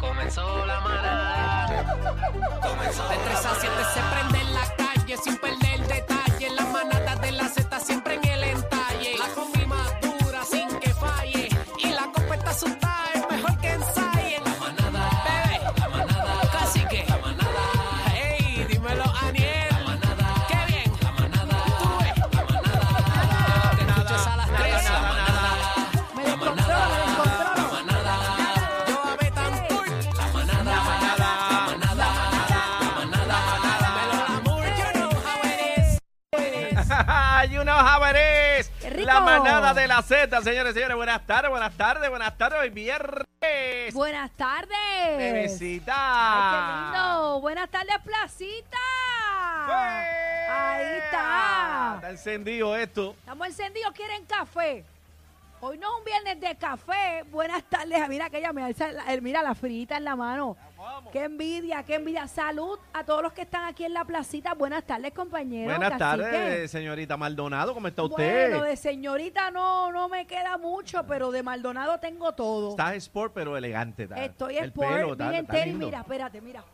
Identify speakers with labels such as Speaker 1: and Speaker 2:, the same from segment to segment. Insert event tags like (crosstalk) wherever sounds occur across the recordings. Speaker 1: Comenzó la manada. Comenzó de 3 a 7 se prende en la calle sin perder detalle. Las manadas de la Z siempre en el entalle. La combi más dura sin que falle. Y la copa está asustada, es mejor que ensayen. La manada, bebé, la manada, casi que. La manada, hey, dímelo Aniel. La manada, qué bien. La manada, tú ves. La manada, te escuchas a las 3. La manada, me encontraron, me encontraron. La manada, yo a Betancourt. La manada, la manada, la manada, la manada, la manada. you know how it is.
Speaker 2: (laughs)
Speaker 3: ¡Qué
Speaker 2: you know how it is.
Speaker 3: rico!
Speaker 2: La manada de la Z, señores y señores. Buenas tardes, buenas tardes, buenas tardes. Hoy viernes de
Speaker 3: Buenas tardes.
Speaker 2: visita.
Speaker 3: Ay, qué lindo. Buenas tardes, Placita.
Speaker 2: ¡Eh!
Speaker 3: Ahí está.
Speaker 2: Está encendido esto.
Speaker 3: Estamos encendidos, quieren café. Hoy no es un viernes de café. Buenas tardes. Ah, Mira que ella me alza la, eh, mira la frita en la mano. Qué envidia, qué envidia. Salud a todos los que están aquí en la placita. Buenas tardes, compañeros.
Speaker 2: Buenas
Speaker 3: cacique.
Speaker 2: tardes, señorita Maldonado. ¿Cómo está usted?
Speaker 3: Bueno, de señorita no, no me queda mucho, pero de Maldonado tengo todo.
Speaker 2: Estás sport, pero elegante. está.
Speaker 3: Estoy
Speaker 2: El
Speaker 3: sport,
Speaker 2: pelo, está-
Speaker 3: vine en
Speaker 2: está
Speaker 3: tenis,
Speaker 2: lindo.
Speaker 3: mira, espérate, mira.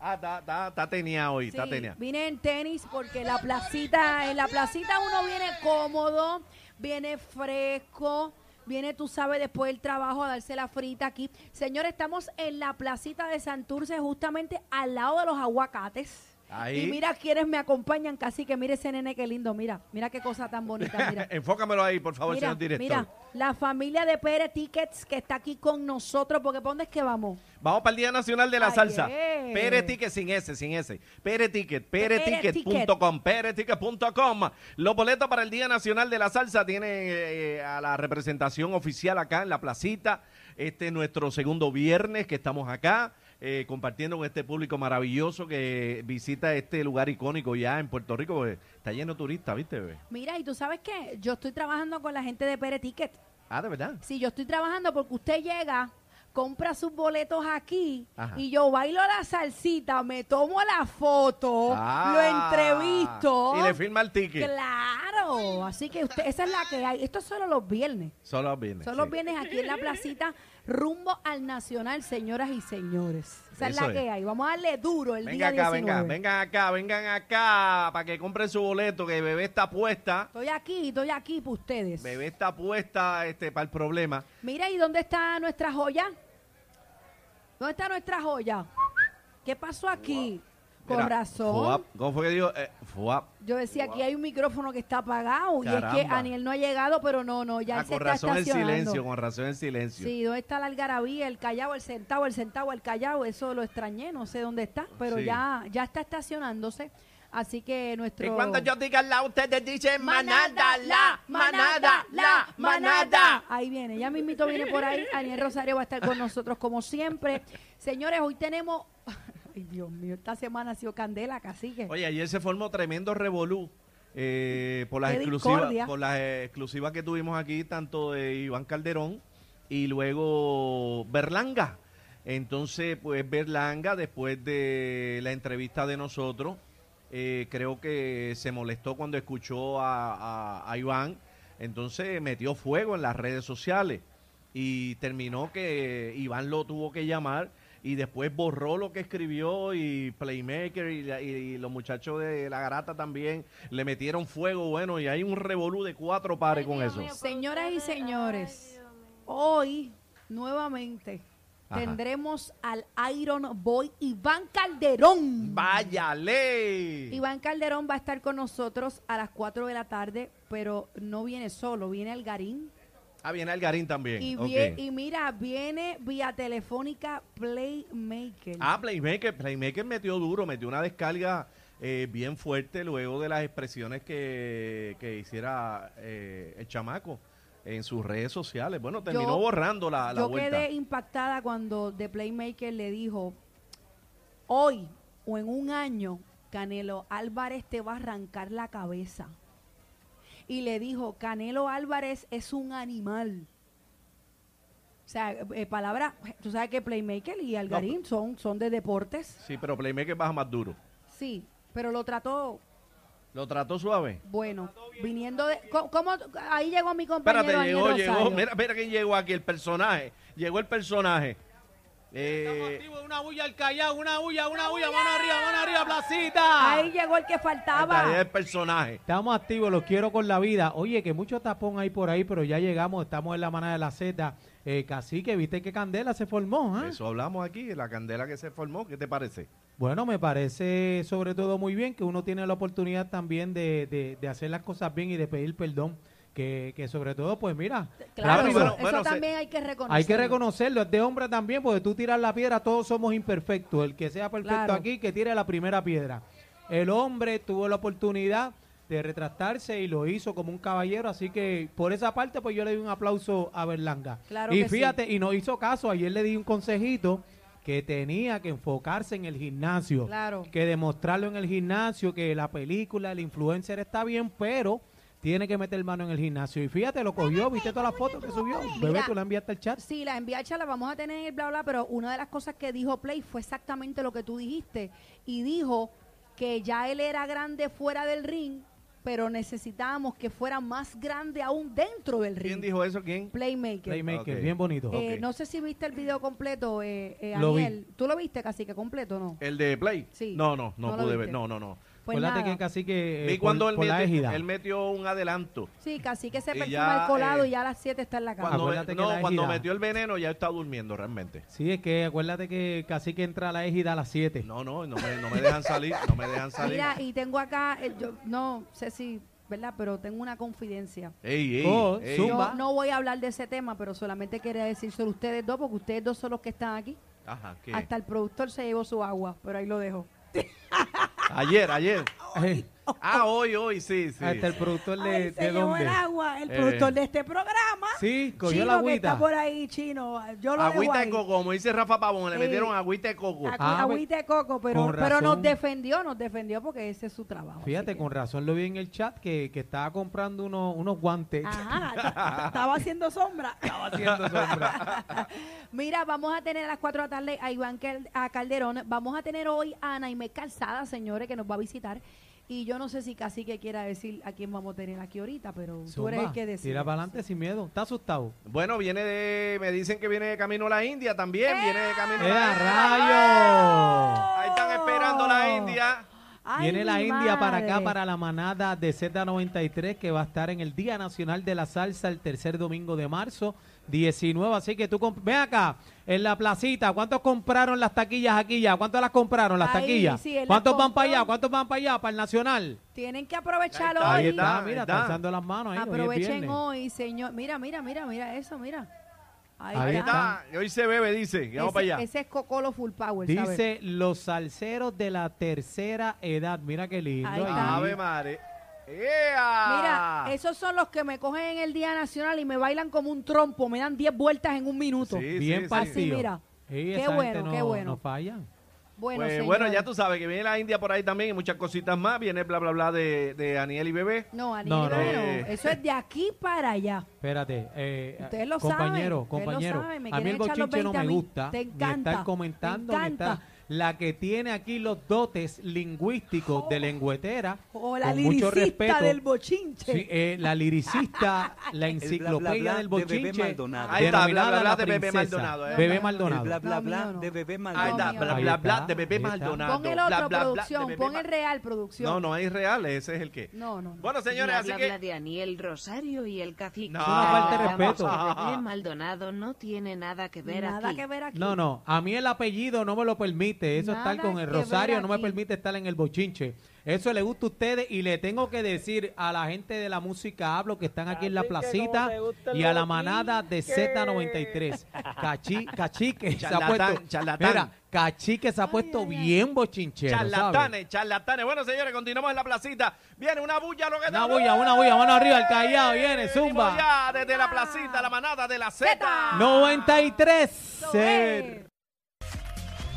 Speaker 2: Ah, está, está, está tenía hoy, está
Speaker 3: Sí,
Speaker 2: tenía.
Speaker 3: Vine en tenis porque la placita, en la placita uno viene cómodo, viene fresco, viene, tú sabes, después del trabajo a darse la frita aquí. Señor, estamos en la placita de Santurce, justamente al lado de los aguacates.
Speaker 2: Ahí.
Speaker 3: Y mira quienes me acompañan, casi que mire ese nene qué lindo, mira, mira qué cosa tan bonita,
Speaker 2: (laughs)
Speaker 3: mira.
Speaker 2: Enfócamelo ahí, por favor,
Speaker 3: Mira,
Speaker 2: señor director.
Speaker 3: mira, la familia de Pérez Tickets que está aquí con nosotros, porque ¿para dónde es que vamos?
Speaker 2: Vamos para el Día Nacional de la
Speaker 3: Ay,
Speaker 2: Salsa.
Speaker 3: eh.
Speaker 2: Pere Ticket sin S, sin S. Pere Ticket,
Speaker 3: Pereticket.
Speaker 2: pereticket.com, pereticket.com. Los boletos para el Día Nacional de la Salsa tienen eh, a la representación oficial acá en la placita. Este es nuestro segundo viernes que estamos acá. eh, compartiendo con este público maravilloso que visita este lugar icónico ya en Puerto Rico, porque está lleno de turistas, ¿viste, bebé?
Speaker 3: Mira, y tú sabes qué, yo estoy trabajando con la gente de Pérez Tickets.
Speaker 2: Ah, de verdad.
Speaker 3: Si yo estoy trabajando porque usted llega, compra sus boletos aquí
Speaker 2: Ajá.
Speaker 3: y yo bailo la salsita, me tomo la foto,
Speaker 2: Ah.
Speaker 3: lo entrevisto.
Speaker 2: Y le firma el ticket.
Speaker 3: Claro, así que usted, esa es la que hay. Esto es solo los viernes.
Speaker 2: Solo viene.
Speaker 3: Solo los
Speaker 2: sí.
Speaker 3: viernes aquí en la placita, rumbo al Nacional, señoras y señores. Esa es
Speaker 2: Eso
Speaker 3: la que
Speaker 2: es.
Speaker 3: hay. Vamos a darle duro el
Speaker 2: Venga
Speaker 3: día
Speaker 2: acá,
Speaker 3: 19.
Speaker 2: venga, vengan acá, vengan acá para que compren su boleto, que bebé está puesta.
Speaker 3: Estoy aquí, estoy aquí para ustedes.
Speaker 2: Bebé está puesta este, para el problema.
Speaker 3: Mira, ¿y dónde está nuestra joya? ¿Dónde está nuestra joya? ¿Qué pasó aquí? Con
Speaker 2: Mira,
Speaker 3: razón.
Speaker 2: fuap, ¿Cómo fue que dijo? Eh, fuap.
Speaker 3: Yo decía, aquí hay un micrófono que está apagado y es que
Speaker 2: Caramba.
Speaker 3: Aniel no ha llegado, pero no, no, ya
Speaker 2: Ah,
Speaker 3: él se
Speaker 2: con
Speaker 3: está
Speaker 2: razón el
Speaker 3: estacionando.
Speaker 2: silencio, con razón el silencio.
Speaker 3: Sí, ¿dónde está la algarabía, el callao, el centavo, el centavo, el callao? Eso lo extrañé, no sé dónde está, pero
Speaker 2: Sí.
Speaker 3: ya, ya está estacionándose. Así que nuestro...
Speaker 2: Y cuando yo diga la, ustedes dicen manada, la,
Speaker 3: manada, la,
Speaker 2: manada.
Speaker 3: Ahí viene, ya mismito viene por ahí. Aniel Rosario va a estar con nosotros como siempre. Señores, hoy tenemos. (laughs) Ay, Dios mío, esta semana ha sido candela, cacique.
Speaker 2: Oye, ayer se formó tremendo revolú eh, por las
Speaker 3: Qué
Speaker 2: exclusivas,
Speaker 3: discordia.
Speaker 2: por las eh, exclusivas que tuvimos aquí, tanto de Iván Calderón y luego Berlanga. Entonces, pues Berlanga, después de la entrevista de nosotros, eh, creo que se molestó cuando escuchó a, a- a Iván. Entonces metió fuego en las redes sociales y terminó que Iván lo tuvo que llamar y después borró lo que escribió y Playmaker y, la- y los muchachos de La Garata también le metieron fuego, bueno, y hay un revolú de cuatro pares con eso.
Speaker 3: Señoras y señores, hoy nuevamente
Speaker 2: Ajá.
Speaker 3: tendremos al Iron Boy Iván Calderón.
Speaker 2: ¡Váyale!
Speaker 3: Iván Calderón pues. va a estar con nosotros a las 4 de la tarde, pero no viene solo, viene Algarín.
Speaker 2: Ah, viene Algarín también.
Speaker 3: Y,
Speaker 2: ok.
Speaker 3: vie- y mira, viene vía telefónica Playmaker.
Speaker 2: Ah, Playmaker, Playmaker metió duro, metió una descarga eh, bien fuerte luego de las expresiones que, que hiciera eh, el chamaco en sus redes sociales. Bueno, terminó
Speaker 3: Yo-
Speaker 2: borrando la, la
Speaker 3: Yo
Speaker 2: vuelta.
Speaker 3: quedé impactada cuando The Playmaker le dijo, hoy o en un año, Canelo Álvarez te va a arrancar la cabeza. Y le dijo, Canelo Álvarez es un animal. O sea, eh, palabra, tú sabes que Playmaker y Algarín son, son de deportes.
Speaker 2: Sí, pero Playmaker baja más duro.
Speaker 3: Sí, pero lo trató
Speaker 2: Lo trató suave.
Speaker 3: bueno. Viniendo de... ¿Cómo, cómo- ahí llegó mi compañero
Speaker 2: Espérate,
Speaker 3: Daniel
Speaker 2: llegó, llegó.
Speaker 3: Rosario.
Speaker 2: Mira, mira quién llegó aquí, el personaje. Llegó el personaje.
Speaker 4: Estamos
Speaker 2: Eh,
Speaker 4: activos, una bulla al callao, una bulla, una bulla, mano arriba, mano arriba, placita.
Speaker 3: Ahí llegó el que faltaba.
Speaker 2: ahí está el personaje.
Speaker 4: Estamos activos, los quiero con la vida. Oye, que mucho tapón hay por ahí, pero ya llegamos, estamos en la manada de la Z. Eh, cacique, viste que Candela se formó, ¿ah?
Speaker 2: Eso hablamos aquí, de la candela que se formó. ¿Qué te parece?
Speaker 4: Bueno, me parece sobre todo muy bien que uno tiene la oportunidad también de, de- de hacer las cosas bien y de pedir perdón. Que, que sobre todo, pues mira,
Speaker 3: Claro,
Speaker 4: rápido,
Speaker 3: eso,
Speaker 2: bueno,
Speaker 3: eso
Speaker 2: bueno, se-
Speaker 3: también hay que reconocer.
Speaker 4: hay que reconocerlo, es de hombre también, porque tú tiras la piedra, todos somos imperfectos. El que sea perfecto
Speaker 3: Claro.
Speaker 4: aquí, que tire la primera piedra. El hombre tuvo la oportunidad de retractarse y lo hizo como un caballero, así que por esa parte, pues yo le di un aplauso a Berlanga.
Speaker 3: Claro
Speaker 4: y
Speaker 3: que
Speaker 4: fíjate, y no hizo caso, ayer le di un consejito que tenía que enfocarse en el gimnasio
Speaker 3: Claro.
Speaker 4: que demostrarlo en el gimnasio, que la película, el influencer está bien, pero tiene que meter mano en el gimnasio. Y fíjate, lo cogió, viste todas las fotos que subió. Bebé, tú la enviaste al chat.
Speaker 3: Sí, la enviacha la vamos a tener en el bla bla, pero una de las cosas que dijo Play fue exactamente lo que tú dijiste. Y dijo que ya él era grande fuera del ring, pero necesitábamos que fuera más grande aún dentro del ring.
Speaker 2: ¿Quién dijo eso? ¿Quién?
Speaker 3: Playmaker.
Speaker 4: Playmaker,
Speaker 2: Ok.
Speaker 4: bien bonito.
Speaker 3: Eh,
Speaker 2: Ok.
Speaker 3: No sé si viste el video completo, eh, eh,
Speaker 4: Lo vi. Eh,
Speaker 3: Aniel. ¿Tú lo viste casi que completo no?
Speaker 2: ¿El de Play?
Speaker 3: Sí.
Speaker 2: No, no, no,
Speaker 3: No lo viste.
Speaker 2: pude ver. No, no, no.
Speaker 3: Pues
Speaker 4: Acuérdate
Speaker 3: nada.
Speaker 4: que casi que eh,
Speaker 2: Vi
Speaker 4: por-
Speaker 2: cuando
Speaker 4: por,
Speaker 2: él,
Speaker 4: la
Speaker 2: metió,
Speaker 4: égida.
Speaker 2: él metió un adelanto.
Speaker 3: Sí, casi que se
Speaker 2: Y
Speaker 3: perfuma
Speaker 2: ya,
Speaker 3: el colado
Speaker 2: eh,
Speaker 3: y ya a las 7 está en la cama.
Speaker 2: Cuando,
Speaker 4: Acuérdate
Speaker 2: me-
Speaker 4: que
Speaker 2: no,
Speaker 4: la
Speaker 2: cuando
Speaker 4: égida-
Speaker 2: metió el veneno ya está durmiendo realmente.
Speaker 4: Sí, es que acuérdate que casi que entra a la égida a las 7. (laughs)
Speaker 2: No, no, no me, no me dejan salir, no me dejan salir.
Speaker 3: Mira, y tengo acá, eh, yo no sé si, ¿verdad? Pero tengo una confidencia.
Speaker 2: Ey, ey,
Speaker 4: Oh,
Speaker 2: ey.
Speaker 4: zoom.
Speaker 3: Yo
Speaker 4: Zumba.
Speaker 3: no voy a hablar de ese tema, pero solamente quería decir solo ustedes dos, porque ustedes dos son los que están aquí.
Speaker 2: Ajá, ¿qué?
Speaker 3: Hasta el productor se llevó su agua, pero ahí lo dejo.
Speaker 2: Ayer, ayer. Ah, hoy, hoy, sí, sí.
Speaker 4: Hasta el productor de,
Speaker 3: Ay,
Speaker 4: de dónde.
Speaker 3: agua, el
Speaker 2: Eh.
Speaker 3: de este programa.
Speaker 4: Sí, cogió la agüita.
Speaker 3: ahí, chino. Yo
Speaker 2: Agüita de coco, como dice Rafa Pavón, le
Speaker 3: Eh,
Speaker 2: metieron agüita de coco.
Speaker 3: Acu-
Speaker 4: Ah,
Speaker 3: agüita de coco, pero,
Speaker 4: con
Speaker 3: pero nos
Speaker 4: razón.
Speaker 3: defendió, nos defendió porque ese es su trabajo. así
Speaker 4: Fíjate,
Speaker 3: que-
Speaker 4: con razón lo vi en el chat que, que estaba comprando unos- unos guantes. (laughs)
Speaker 3: Ajá, estaba haciendo sombra.
Speaker 4: Estaba haciendo sombra.
Speaker 3: (laughs) Mira, vamos a tener a las 4 de la tarde a Iván Cal- a Calderón. Vamos a tener hoy a Naime Calzada, señores, que nos va a visitar. Y yo no sé si casi que quiera decir a quién vamos a tener aquí ahorita, pero tú eres
Speaker 4: Zumba,
Speaker 3: el que decide.
Speaker 4: Tira para adelante sin miedo. Está asustado.
Speaker 2: Bueno, viene de. Me dicen que viene de camino a la India
Speaker 3: ¡Eh!
Speaker 2: también. Viene de camino a la
Speaker 4: ¡Era
Speaker 2: India.
Speaker 4: rayo!
Speaker 2: Ahí están esperando la India.
Speaker 3: Ay,
Speaker 4: Viene la
Speaker 3: mi
Speaker 4: India para acá,
Speaker 3: madre.
Speaker 4: para la manada de Z93, que va a estar en el Día Nacional de la Salsa el tercer domingo de marzo, 19. Así que tú, comp- ve acá, en la placita, ¿cuántos compraron las taquillas aquí ya? ¿Cuántos las compraron las
Speaker 3: Ahí,
Speaker 4: taquillas?
Speaker 3: sí, él las
Speaker 4: ¿Cuántos van
Speaker 3: compró.
Speaker 4: para allá? ¿Cuántos van para allá? Para el Nacional.
Speaker 3: Tienen que aprovechar hoy.
Speaker 2: Ahí
Speaker 4: Ahí
Speaker 2: está,
Speaker 4: está, mira,
Speaker 2: está.
Speaker 4: está alzando las manos ahí. hoy es
Speaker 3: Aprovechen
Speaker 4: viernes.
Speaker 3: hoy, señor. Mira, mira, mira, mira eso, mira. Ahí,
Speaker 4: Ahí
Speaker 3: está.
Speaker 2: Ah, y hoy se bebe, dice. que Vamos
Speaker 3: ese,
Speaker 2: para allá.
Speaker 3: ese es Cocolo Full Power, ¿sabes?
Speaker 4: Dice los salseros de la tercera edad. Mira qué lindo.
Speaker 3: Ahí está.
Speaker 4: ahí.
Speaker 2: Ave madre. ¡Ea!
Speaker 3: Mira, esos son los que me cogen en el Día Nacional y me bailan como un trompo, me dan 10 vueltas en un minuto.
Speaker 2: Sí,
Speaker 4: Bien
Speaker 2: sí.
Speaker 4: partido.
Speaker 3: Así, mira.
Speaker 4: Sí,
Speaker 3: Qué
Speaker 4: esa gente
Speaker 3: bueno,
Speaker 4: no-
Speaker 3: qué bueno.
Speaker 4: No falla.
Speaker 3: Bueno,
Speaker 2: Pues,
Speaker 3: señores.
Speaker 2: bueno, ya tú sabes que viene la India por ahí también y muchas cositas más. Viene bla, bla, bla de, de Aniel y Bebé.
Speaker 3: No, Anil,
Speaker 4: No, no.
Speaker 3: bueno,
Speaker 2: Eh.
Speaker 3: eso es de aquí para allá.
Speaker 4: Espérate, eh,
Speaker 3: Ustedes lo
Speaker 4: compañero,
Speaker 3: saben, ustedes
Speaker 4: compañero,
Speaker 3: lo saben, me
Speaker 4: a mí
Speaker 3: quieren
Speaker 4: el
Speaker 3: echar los
Speaker 4: bochinche no
Speaker 3: 20 a
Speaker 4: me
Speaker 3: mí.
Speaker 4: gusta,
Speaker 3: Te
Speaker 4: ni
Speaker 3: encanta,
Speaker 4: estar comentando,
Speaker 3: te
Speaker 4: ni
Speaker 3: encanta.
Speaker 4: estar- la que tiene aquí los dotes lingüísticos de lengüetera,
Speaker 3: (laughs) O la
Speaker 4: con mucho
Speaker 3: liricista
Speaker 4: respeto,
Speaker 3: del bochinche.
Speaker 4: sí, eh,
Speaker 3: (laughs)
Speaker 4: la liricista, la enciclopedia
Speaker 5: bla, bla
Speaker 4: del
Speaker 5: de Bebé
Speaker 4: bochinche,
Speaker 5: Maldonado.
Speaker 2: Ahí está,
Speaker 4: denominada
Speaker 2: bla, bla,
Speaker 4: la
Speaker 2: bla de Bebé
Speaker 4: princesa,
Speaker 2: Maldonado, eh.
Speaker 4: Bebé
Speaker 5: El
Speaker 4: Maldonado.
Speaker 5: bla bla
Speaker 3: No, mío
Speaker 5: bla
Speaker 3: no.
Speaker 5: de bebé
Speaker 2: Ahí
Speaker 5: Maldonado.
Speaker 2: está,
Speaker 3: mío.
Speaker 2: bla,
Speaker 4: Ahí
Speaker 2: bla,
Speaker 4: está,
Speaker 2: bla de Bebé
Speaker 4: ahí está.
Speaker 2: Maldonado.
Speaker 3: Pon el
Speaker 2: bla,
Speaker 3: otro,
Speaker 2: bla, bla, de
Speaker 3: producción,
Speaker 2: Bebé
Speaker 3: pon el
Speaker 2: Mal-
Speaker 3: real, producción.
Speaker 2: No, no es real, ese es el que.
Speaker 3: No, no, no.
Speaker 2: Bueno, señores,
Speaker 6: Bla,
Speaker 2: así
Speaker 6: bla,
Speaker 2: que.
Speaker 6: bla de Aniel Rosario y el cacique.
Speaker 2: No.
Speaker 6: No,
Speaker 2: Es una
Speaker 4: falta de respeto.
Speaker 6: Maldonado no tiene nada que ver
Speaker 3: Nada
Speaker 6: aquí.
Speaker 3: que ver aquí.
Speaker 4: No, no, a mí el apellido no me lo permite. permite, eso
Speaker 5: Nada
Speaker 4: estar con el
Speaker 5: que ver
Speaker 4: Rosario no me
Speaker 5: aquí.
Speaker 4: permite estar en el bochinche. Eso le gusta a ustedes y le tengo que decir a la gente de la música hablo que están aquí en la
Speaker 7: Así que
Speaker 4: placita
Speaker 7: como te gusta el
Speaker 4: y a la manada de
Speaker 7: bochinche.
Speaker 4: Z93. Cachi, cachique se ha
Speaker 2: Charlatán,
Speaker 4: puesto,
Speaker 2: charlatán.
Speaker 4: mira, cachique se ha puesto bien bochinchero, ¿sabes?
Speaker 2: Charlatanes, charlatanes. Bueno, señores, continuamos en la placita. Viene una bulla, lo que
Speaker 4: Una
Speaker 2: tenemos.
Speaker 4: bulla, una bulla, mano arriba, el callado viene,
Speaker 2: Venimos
Speaker 4: zumba.
Speaker 2: ya desde la placita, la manada de la Z.
Speaker 4: 93.
Speaker 3: Sobre.